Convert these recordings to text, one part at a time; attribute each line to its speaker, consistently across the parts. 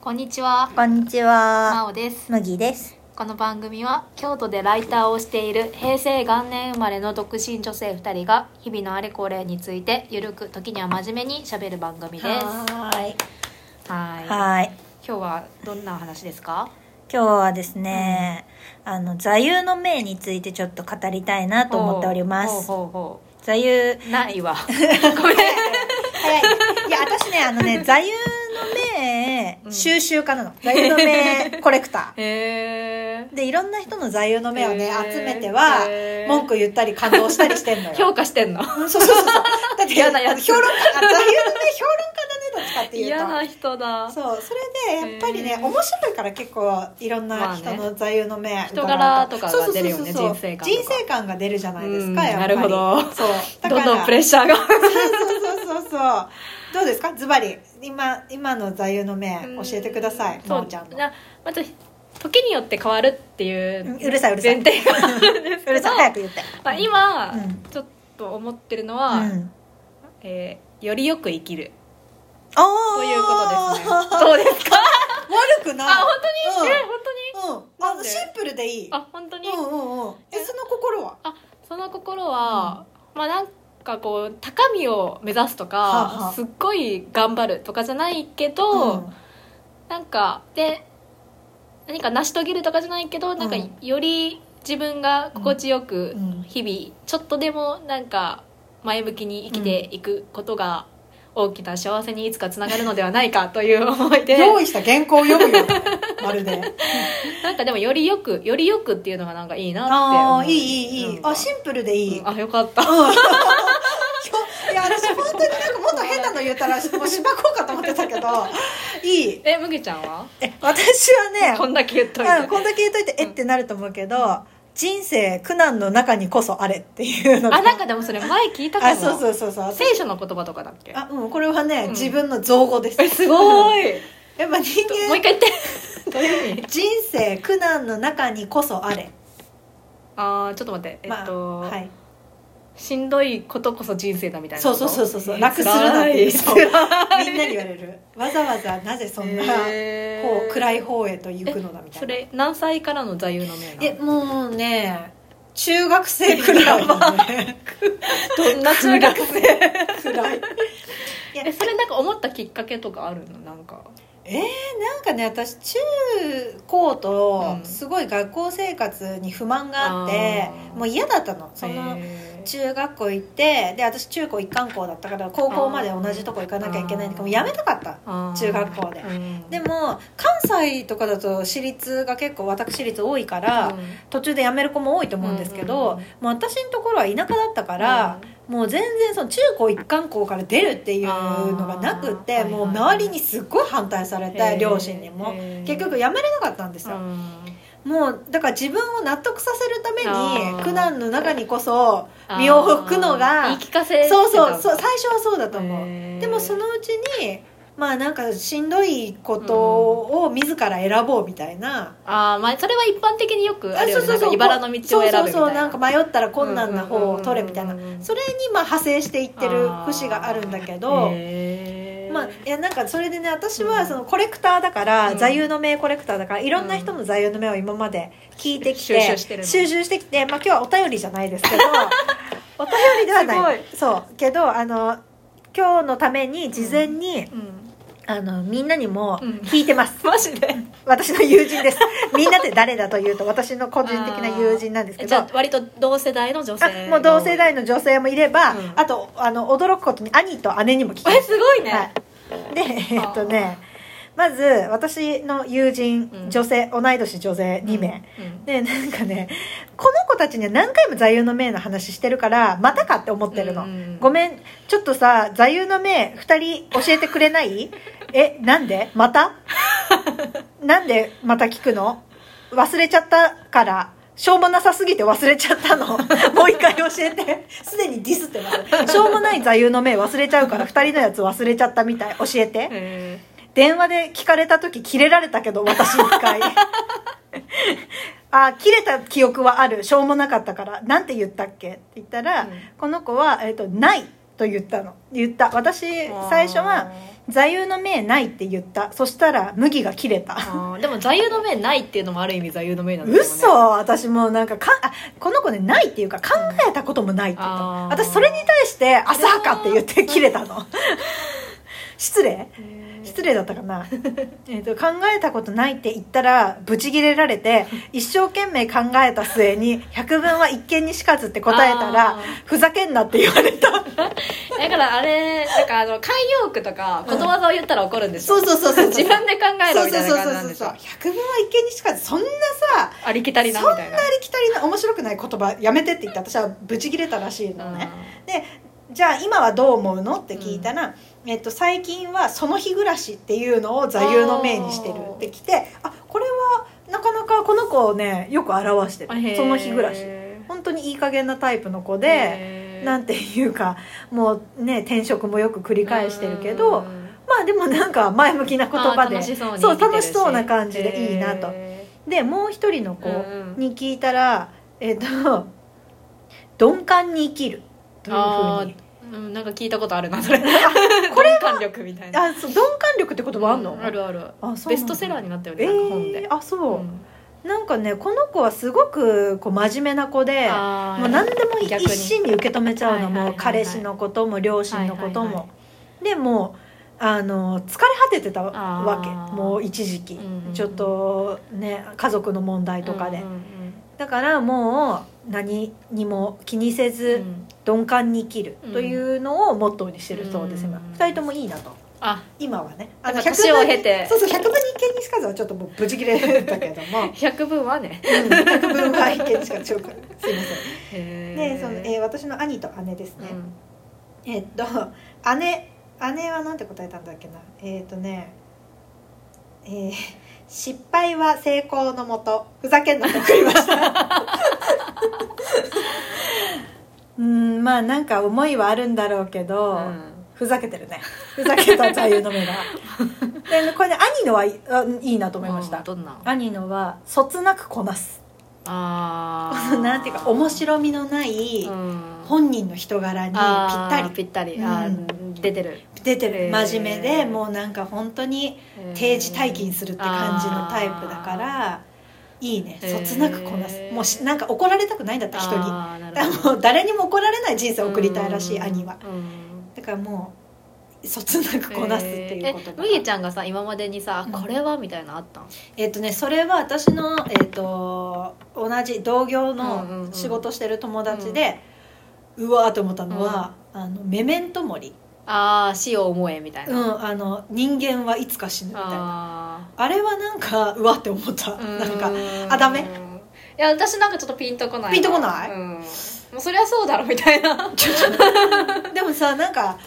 Speaker 1: こんにちは、
Speaker 2: こんにち
Speaker 1: ま
Speaker 2: は。
Speaker 1: おです。
Speaker 2: 麦です。
Speaker 1: この番組は京都でライターをしている平成元年生まれの独身女性2人が日々のあれこれについてゆるく時には真面目に喋る番組です。は
Speaker 2: ーい。
Speaker 1: い
Speaker 2: はーい。
Speaker 1: 今日はどんな話ですか？
Speaker 2: 今日はですね、あの座右の銘についてちょっと語りたいなと思っております。
Speaker 1: ほうほうほ
Speaker 2: 座右
Speaker 1: うない わ。ごめん。
Speaker 2: 早い。いや私ねあのね座右の銘収集家なの。座右の銘コレクタ
Speaker 1: へ
Speaker 2: ー。でいろんな人の座右の銘をね、
Speaker 1: へー
Speaker 2: 集めては
Speaker 1: へー
Speaker 2: 文句言ったり感動したりしてん
Speaker 1: ー。
Speaker 2: のよ。
Speaker 1: 評価してんの。
Speaker 2: うんそうそうそうそう。だって
Speaker 1: 嫌なやつ
Speaker 2: 評論家あ座右の銘評論家だねどっちかっていうと。
Speaker 1: 嫌な人だ。
Speaker 2: そうそれでやっぱり
Speaker 1: へ
Speaker 2: ね
Speaker 1: ー
Speaker 2: 面白いから結構いろん
Speaker 1: まあ
Speaker 2: な
Speaker 1: ね
Speaker 2: 人の座右の銘、
Speaker 1: 人柄とかが
Speaker 2: そうそうそうそ
Speaker 1: 出
Speaker 2: う
Speaker 1: るよね人生観とか
Speaker 2: 人生観が出るじゃないですか
Speaker 1: うん
Speaker 2: やっ
Speaker 1: な
Speaker 2: ぱり
Speaker 1: るほど
Speaker 2: そうだか
Speaker 1: ど
Speaker 2: ら
Speaker 1: んどんプレッシャーが。
Speaker 2: そうそうそうそうそうどうですかズバリ今今の座右の銘教えてください
Speaker 1: そ
Speaker 2: ま
Speaker 1: う
Speaker 2: おちゃんの
Speaker 1: なまた時によって変わるっていううん
Speaker 2: うるさいうるさい
Speaker 1: 前提があるんです
Speaker 2: う
Speaker 1: け
Speaker 2: る
Speaker 1: ど
Speaker 2: さい早く言って
Speaker 1: まあ、今、
Speaker 2: うん
Speaker 1: ちょっと思ってるの
Speaker 2: う
Speaker 1: は、
Speaker 2: ん
Speaker 1: えーよりよく生きる
Speaker 2: おー
Speaker 1: ということですねどうですか
Speaker 2: 悪くない
Speaker 1: あ本当に、え本
Speaker 2: うん、うん、
Speaker 1: な
Speaker 2: あ
Speaker 1: んで
Speaker 2: シンプルでいい
Speaker 1: 当にあ本当
Speaker 2: う
Speaker 1: に、
Speaker 2: んうんうんえその心は
Speaker 1: あその心は、まあなんかこう高みを目指すとか、
Speaker 2: はあはあ
Speaker 1: すっごい頑張るとかじゃないけど、なんかで何か成し遂げるとかじゃないけど、なんか
Speaker 2: うん
Speaker 1: より自分が心地よく
Speaker 2: うんうん
Speaker 1: 日々、ちょっとでもなんか前向きに生きていくことが大きな幸せにいつかつながるのではないかという思いで
Speaker 2: 用意した原稿を 読むよまるで
Speaker 1: なんかでもよりよくよりよくっていうのがなんかいいなって
Speaker 2: あ
Speaker 1: 思
Speaker 2: あ
Speaker 1: う
Speaker 2: いいいいいい
Speaker 1: なんか
Speaker 2: あシンプルでい
Speaker 1: うん
Speaker 2: い、今
Speaker 1: あよかった
Speaker 2: 日いや私本当になんかもっと変なの言ったらもうしばこうかと思って たけどいい
Speaker 1: え麦ちゃんは、
Speaker 2: え私はね
Speaker 1: こんだけ言っといて、
Speaker 2: うんこんだけ言っといてえってなると思うけど人生苦難の中にこそあれっていうのが
Speaker 1: あなんかでもそれ前聞いたかも
Speaker 2: あそうそうそうそう
Speaker 1: 聖書の言葉とかだっけ
Speaker 2: あうんこれはね、
Speaker 1: うん
Speaker 2: 自分の造語です
Speaker 1: えすご い
Speaker 2: やっぱ人
Speaker 1: もう一回
Speaker 2: 間
Speaker 1: 言って どういう意味
Speaker 2: 人生苦難の中にこそあれ、
Speaker 1: あーちょっと待って、
Speaker 2: まあ
Speaker 1: えっと、
Speaker 2: はい、
Speaker 1: しんどいことこそ人生だみたいな
Speaker 2: そ
Speaker 1: こ
Speaker 2: う
Speaker 1: と
Speaker 2: そうそうそうそう
Speaker 1: えー
Speaker 2: 楽するなっていう
Speaker 1: 辛い
Speaker 2: みんなに言われるわざわざなぜそんな、
Speaker 1: え
Speaker 2: こ
Speaker 1: ー
Speaker 2: う暗い方へと行くのだみた
Speaker 1: そ
Speaker 2: いな
Speaker 1: れ何歳からの座右の銘
Speaker 2: え
Speaker 1: なの
Speaker 2: もうね中学生くらいだ ね
Speaker 1: どんな中学生
Speaker 2: 暗いいや
Speaker 1: えそれなんか思ったきっかけとかあるのなんか
Speaker 2: えー、なんかね私中高と
Speaker 1: うん
Speaker 2: すごい学校生活に不満があって、
Speaker 1: あー
Speaker 2: もう嫌だったのその
Speaker 1: えー
Speaker 2: 中学校行ってで私中高一貫校だったから高校まで同じとこ行かなきゃいけないん
Speaker 1: あ
Speaker 2: だけど
Speaker 1: ー
Speaker 2: もうやめたかった
Speaker 1: あー
Speaker 2: 中学校で
Speaker 1: うん
Speaker 2: でも関西とかだと私立が結構私立多いか
Speaker 1: う
Speaker 2: ら、
Speaker 1: ん
Speaker 2: 途中で辞める子も多いと思うんですけど、
Speaker 1: うんうんうん
Speaker 2: もう私のところは田舎だったから、もう全然その中高一貫校から出るっていうのがなく
Speaker 1: あ
Speaker 2: て
Speaker 1: ー
Speaker 2: もう周りにすっごい反対され
Speaker 1: うん
Speaker 2: て、両親にも、
Speaker 1: えー
Speaker 2: 結局辞めれなかったんですよ、
Speaker 1: うん
Speaker 2: もうだから自分を納得させるため
Speaker 1: あー
Speaker 2: に苦難の中にこそ
Speaker 1: あー
Speaker 2: 身を置くのが
Speaker 1: 言い聞かせてた
Speaker 2: そうそうそう最初はそうだと思う、
Speaker 1: えー
Speaker 2: でもそのうちにまあなんかしんどいことを自ら選ぼうみたいな、
Speaker 1: あーまあそれは一般的によくあるよねなんか茨の道を選ぶみたいな
Speaker 2: そうそうそうなんか迷ったら困難な方を取れみたいな
Speaker 1: うんうんうんうん
Speaker 2: それにまあ派生していってる節があるんだけど
Speaker 1: へー
Speaker 2: まあ、いやなんかそれでね私
Speaker 1: う
Speaker 2: は
Speaker 1: ん
Speaker 2: そのコレクターだから、
Speaker 1: うん
Speaker 2: 座右の銘コレクターだからいろんな人の座右の銘を今まで聞いてき
Speaker 1: 収
Speaker 2: て、
Speaker 1: 集してるの
Speaker 2: 収集してきて、まあ、今日はお便りじゃな いですけどお便りではないそうけどあの今日のために事前に、
Speaker 1: うん
Speaker 2: あのみんなにも
Speaker 1: うん
Speaker 2: 聞いてます、
Speaker 1: マジで
Speaker 2: 私の友人です みんなって誰だというと私の個人的な友人なんですけ
Speaker 1: じ
Speaker 2: ど
Speaker 1: ゃあ割と同世代の女
Speaker 2: あ
Speaker 1: 性
Speaker 2: もう同世代の女性もいれば、
Speaker 1: うん
Speaker 2: あとあの驚くことに兄と姉にも聞きま
Speaker 1: え
Speaker 2: す、
Speaker 1: すごいね、
Speaker 2: はい、でえっとねまず私の友人
Speaker 1: うん
Speaker 2: 女性、同い年女性2名、
Speaker 1: うん、うん
Speaker 2: でなんかねこの子たちには何回も座右の銘の話してるからまたかって思ってるの、
Speaker 1: うん
Speaker 2: ごめんちょっとさ座右の銘2人教えてくれないえなんでまたなんでまた聞くの忘れちゃったからしょうもなさすぎて忘れちゃったのもう一回教えてすでにディスってますしょうもない座右の銘忘れちゃうから2人のやつ忘れちゃったみたい教えて
Speaker 1: え
Speaker 2: 電話で聞かれた時キレられたけど私一 回あ切れた記憶はあるしょうもなかったからなんて言ったっけって言ったら、
Speaker 1: うん
Speaker 2: この子は、えっと「ない」と言ったの言った私最初は座右の銘ないって言ったそしたら麦が切れた
Speaker 1: あーでも座右の銘ないっていうのもある意味座右の銘なんだよね
Speaker 2: 嘘私もうなんかかあこの子ねないっていうか考えたこともないって言っ
Speaker 1: あ
Speaker 2: た、
Speaker 1: ー
Speaker 2: 私それに対して「浅はか」って言って切れた の失礼
Speaker 1: へー
Speaker 2: 失礼だったかな えーと考えたことないって言ったらブチギレら れて一生懸命考えた末に「百聞は一見にしかず」って答えたら
Speaker 1: あー
Speaker 2: 「ふざけんな」って言われた
Speaker 1: だからあれなんかあの慣用句とかことわざを言ったら怒るんでしょ、
Speaker 2: そうそうそうそう
Speaker 1: 自分で考えろ
Speaker 2: そう
Speaker 1: み
Speaker 2: そう
Speaker 1: たい
Speaker 2: そ
Speaker 1: な感じ
Speaker 2: うそ
Speaker 1: なん
Speaker 2: う
Speaker 1: でし
Speaker 2: そ
Speaker 1: ょ
Speaker 2: う百聞は一見にしかずそんなさ
Speaker 1: ありきたりなみたいな
Speaker 2: そんなありきたりな面白くない言葉やめてって言って私はブチギレたらしいのねでじゃあ今はどう思うのって聞いたら、えっと、最近はその日暮らしっていうのを座右の銘にしてるってきてあこれはなかなかこの子をねよく表して
Speaker 1: うん
Speaker 2: るその日暮らし
Speaker 1: へ
Speaker 2: 本当にいい加減なタイプの子
Speaker 1: ー
Speaker 2: で
Speaker 1: へー
Speaker 2: なんていうかもうね転職もよく繰り返してるけど
Speaker 1: うん
Speaker 2: まあでもなんか前向きな言葉
Speaker 1: あー
Speaker 2: で
Speaker 1: 楽しそうに
Speaker 2: そ
Speaker 1: 生
Speaker 2: う
Speaker 1: きてる
Speaker 2: 楽しそうな感じでいいなと
Speaker 1: へ
Speaker 2: でもう一人の
Speaker 1: ー
Speaker 2: 子
Speaker 1: うんうん
Speaker 2: に聞いたら、えっと鈍感に生きるというふうに
Speaker 1: うんなんか聞いたことあるなそれ これ鈍感力みた いな
Speaker 2: あそう鈍感力って言葉あんの、
Speaker 1: あるある
Speaker 2: あそう
Speaker 1: ベ
Speaker 2: な
Speaker 1: ス
Speaker 2: んだ
Speaker 1: トセラーになったよ
Speaker 2: え
Speaker 1: ね、なんか本
Speaker 2: ー
Speaker 1: で、
Speaker 2: あそうう、
Speaker 1: ん
Speaker 2: なんかねこの子はすごくこう真面目な子で
Speaker 1: あー
Speaker 2: もう何でも
Speaker 1: 逆に
Speaker 2: 一心に受け止めちゃうの
Speaker 1: はいはいはい
Speaker 2: も
Speaker 1: は
Speaker 2: う
Speaker 1: い
Speaker 2: 彼氏のことも両親のことも、
Speaker 1: はいはいは
Speaker 2: でもうあの疲れ果ててたわ
Speaker 1: あ
Speaker 2: け
Speaker 1: ー
Speaker 2: もう一時期、
Speaker 1: うんうんうん
Speaker 2: ちょっとね家族の問題とかで、
Speaker 1: うんうんうん
Speaker 2: だからもう何にも気にせず、
Speaker 1: うん
Speaker 2: 鈍感に生きる
Speaker 1: うん
Speaker 2: というのをモットーにしてるそうです、
Speaker 1: うん
Speaker 2: 今2人ともいいなと
Speaker 1: あ
Speaker 2: 今はね
Speaker 1: なんか
Speaker 2: 100分
Speaker 1: 年を経て
Speaker 2: そうそう100分に一見にしかずはちょっともうブチ切れだけども、うん、
Speaker 1: 百分は ね
Speaker 2: 100分は一見にしかずすいません
Speaker 1: で
Speaker 2: でその、えー私の兄と姉ですね、えーっと姉姉はなんて答えたんだっけなえーっとねえー失敗は成功のもとふざけんなと送りましたうんまあなんか思いはあるんだろうけど、ふざけてるねふざけた座右の銘がでこれね兄のはいあいいなと思いました
Speaker 1: どんな
Speaker 2: 兄のはそつなくこなすこ
Speaker 1: あ
Speaker 2: の なんていうか面白みのない
Speaker 1: 本
Speaker 2: 本人の人柄にぴったり
Speaker 1: ぴったり
Speaker 2: うん
Speaker 1: あー出てる
Speaker 2: 出てる
Speaker 1: へー
Speaker 2: 真面目でもうなんか本当に定時退勤するって感じのタイプだからいいね
Speaker 1: へー
Speaker 2: そつなくこなすもうしなんか怒られたくないんだった人にだか
Speaker 1: 人
Speaker 2: ら もう誰にも怒られない人生を送りたいらしい兄はだからもうそつなくこなすっていうことが
Speaker 1: 麦ちゃんがさ今までにさ
Speaker 2: うん
Speaker 1: これはみたいなのあったん
Speaker 2: えっとねそれは私の、えっと同じ同
Speaker 1: うんう
Speaker 2: 業
Speaker 1: んう
Speaker 2: の
Speaker 1: ん
Speaker 2: 仕事してる友達で、うわーと思ったのは「あのメメントモリ」、
Speaker 1: ああ死を思えみたいうなん
Speaker 2: あの人間はいつか死ぬみたいなあ
Speaker 1: あ
Speaker 2: れはなんかうわって思った
Speaker 1: ー
Speaker 2: なんか
Speaker 1: うん
Speaker 2: あダメ
Speaker 1: いや私なんかちょっとピンとこない
Speaker 2: ピンとこない
Speaker 1: うん、もうそりゃそうだろみたいな
Speaker 2: ちょちょでもさなんか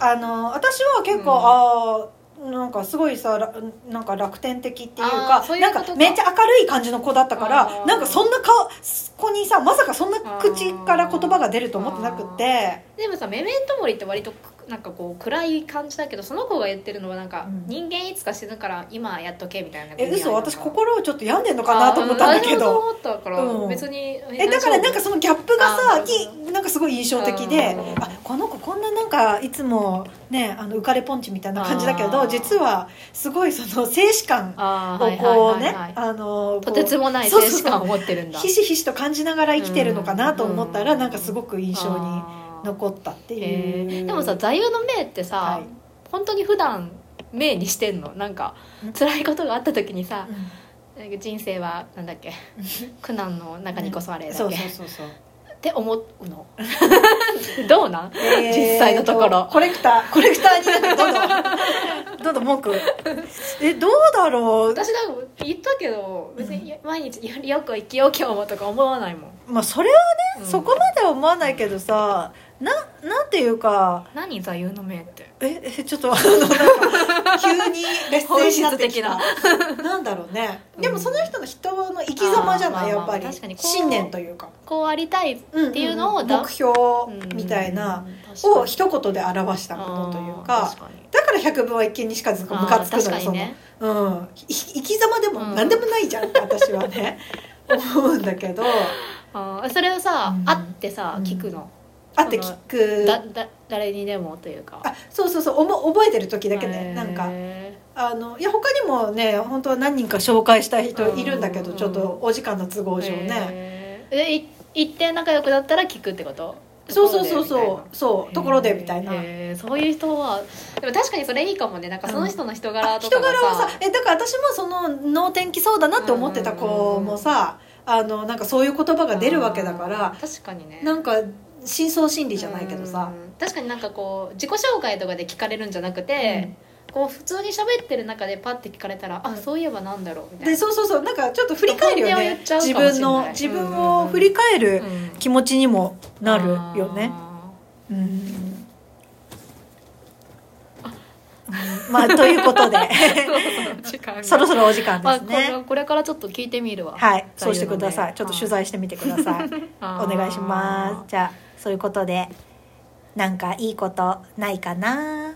Speaker 2: あの私は結構、
Speaker 1: うん
Speaker 2: ああなんかすごいさらなんか楽天的っていう
Speaker 1: あ
Speaker 2: か
Speaker 1: ーそういう
Speaker 2: なん
Speaker 1: こと
Speaker 2: か
Speaker 1: か
Speaker 2: めっちゃ明るい感じの子だったか
Speaker 1: あ
Speaker 2: ら
Speaker 1: ー
Speaker 2: なんかそんな顔子にさまさかそんな口から言葉が出ると思ってなくて
Speaker 1: でもさ「メメントモリ」って割とくなんかこう暗い感じだけどその子が言ってるのはなんか、
Speaker 2: うん
Speaker 1: 人間いつか死ぬから今やっとけみたいな
Speaker 2: え嘘私
Speaker 1: こ
Speaker 2: 心をちょっと病んでんのかなと思ったんだけど
Speaker 1: 思ったから、
Speaker 2: うん
Speaker 1: 別に
Speaker 2: えだからなんかそのギャップが
Speaker 1: あ
Speaker 2: さ
Speaker 1: ー
Speaker 2: いいなんかすごい印象的で
Speaker 1: うん
Speaker 2: あこの子こんななんかいつもねあの浮かれポンチみたいな感じだけ
Speaker 1: あ
Speaker 2: ど
Speaker 1: ー
Speaker 2: 実はすごいその静止感
Speaker 1: あー
Speaker 2: を
Speaker 1: はいはいは
Speaker 2: こ
Speaker 1: い
Speaker 2: うね
Speaker 1: はい
Speaker 2: あの
Speaker 1: とてつもない
Speaker 2: そう
Speaker 1: 静
Speaker 2: そうそう
Speaker 1: 止感を持ってるんだ
Speaker 2: ひしひしと感じながら生きてるのかなと思ったら
Speaker 1: うん
Speaker 2: なんかすごく印象に
Speaker 1: あー
Speaker 2: 残ったって
Speaker 1: へ
Speaker 2: い
Speaker 1: ー
Speaker 2: う
Speaker 1: でもさ座右の銘ってさ、
Speaker 2: はい
Speaker 1: 本当に普段銘にしてんのなんか
Speaker 2: ん
Speaker 1: 辛いことがあった時にさ
Speaker 2: う、ん
Speaker 1: なんか人生はなんだっけ苦難の中にこそあれだっけ、
Speaker 2: そうそうそうそう
Speaker 1: って思うのどうなん、 実際のとこ
Speaker 2: えー
Speaker 1: ろ
Speaker 2: コレクターコレクターになって どんどんどんどん文句えどうだろう
Speaker 1: 私なんか言ったけど別に毎日よりよく生きよう今日もとか思わないもん、
Speaker 2: まあそれは
Speaker 1: うん
Speaker 2: そこまでは思わないけどさななんていうか
Speaker 1: 何座右の銘って
Speaker 2: ええちょっとあのなんか急に劣勢になってきた
Speaker 1: 本
Speaker 2: なんだろうね
Speaker 1: うん
Speaker 2: でもその人の人の生き様じゃない
Speaker 1: あー
Speaker 2: やっぱり
Speaker 1: まあ確かにこう
Speaker 2: 信念というか
Speaker 1: こうありたいっていうのをだ
Speaker 2: 目標みたいなを一言で表したものというかだから百分は一見にしかず
Speaker 1: ム
Speaker 2: こうムカつく
Speaker 1: 確
Speaker 2: の
Speaker 1: か
Speaker 2: よそ
Speaker 1: に
Speaker 2: の
Speaker 1: ね
Speaker 2: うん、ひ生き様でも
Speaker 1: うん
Speaker 2: 何でもない じゃんって私はね思うんだけど
Speaker 1: あーそれをさ、
Speaker 2: うん
Speaker 1: 会ってさ
Speaker 2: うん
Speaker 1: 聞くの、
Speaker 2: あって聞く
Speaker 1: だだ誰にでもというか
Speaker 2: あそうそうそうおも覚えてる時だけねなんか
Speaker 1: へ
Speaker 2: あのいや他にもね本当は何人か紹介したい人いるんだけ
Speaker 1: うんうん
Speaker 2: ど
Speaker 1: うん
Speaker 2: ちょっとお時間の都合
Speaker 1: ー
Speaker 2: 上ね
Speaker 1: へーでい一定仲良くだったら聞くってこと
Speaker 2: そうそうそう
Speaker 1: ところでみたいな
Speaker 2: そうそうところでみたいな
Speaker 1: へーそういう人はでも確かにそれいいかもねなんかその人の人柄と
Speaker 2: 人
Speaker 1: かが
Speaker 2: 柄は
Speaker 1: さ
Speaker 2: さえだから私もその能天気そうだなって思ってた子もさあのなんかそういう言葉が出るわけだから
Speaker 1: あー確かにね
Speaker 2: なんか深層心理じゃないけどさ
Speaker 1: うん確かになんかこう自己紹介とかで聞かれるんじゃなくて、こう普通に喋ってる中でパッて聞かれたら、あそういえばなんだろうみたい
Speaker 2: で
Speaker 1: な
Speaker 2: そうそうそうなんかちょっと振り返るよ
Speaker 1: 本音を言
Speaker 2: ね
Speaker 1: っちゃうかもしれ
Speaker 2: 自
Speaker 1: ない
Speaker 2: 分の自分を振り返
Speaker 1: う
Speaker 2: る
Speaker 1: ん
Speaker 2: 気持ちにもなるよね
Speaker 1: あ
Speaker 2: うんうんまあというこ とで
Speaker 1: ーそう そう時間が
Speaker 2: そろそろお時間
Speaker 1: まあ
Speaker 2: です
Speaker 1: こ
Speaker 2: ね
Speaker 1: れこれからちょっと聞いてみるわ
Speaker 2: はいそうしてくださいちょっと取
Speaker 1: 材
Speaker 2: 材してみてくださいお願いしますじゃあそういうことでなんかいいことないかな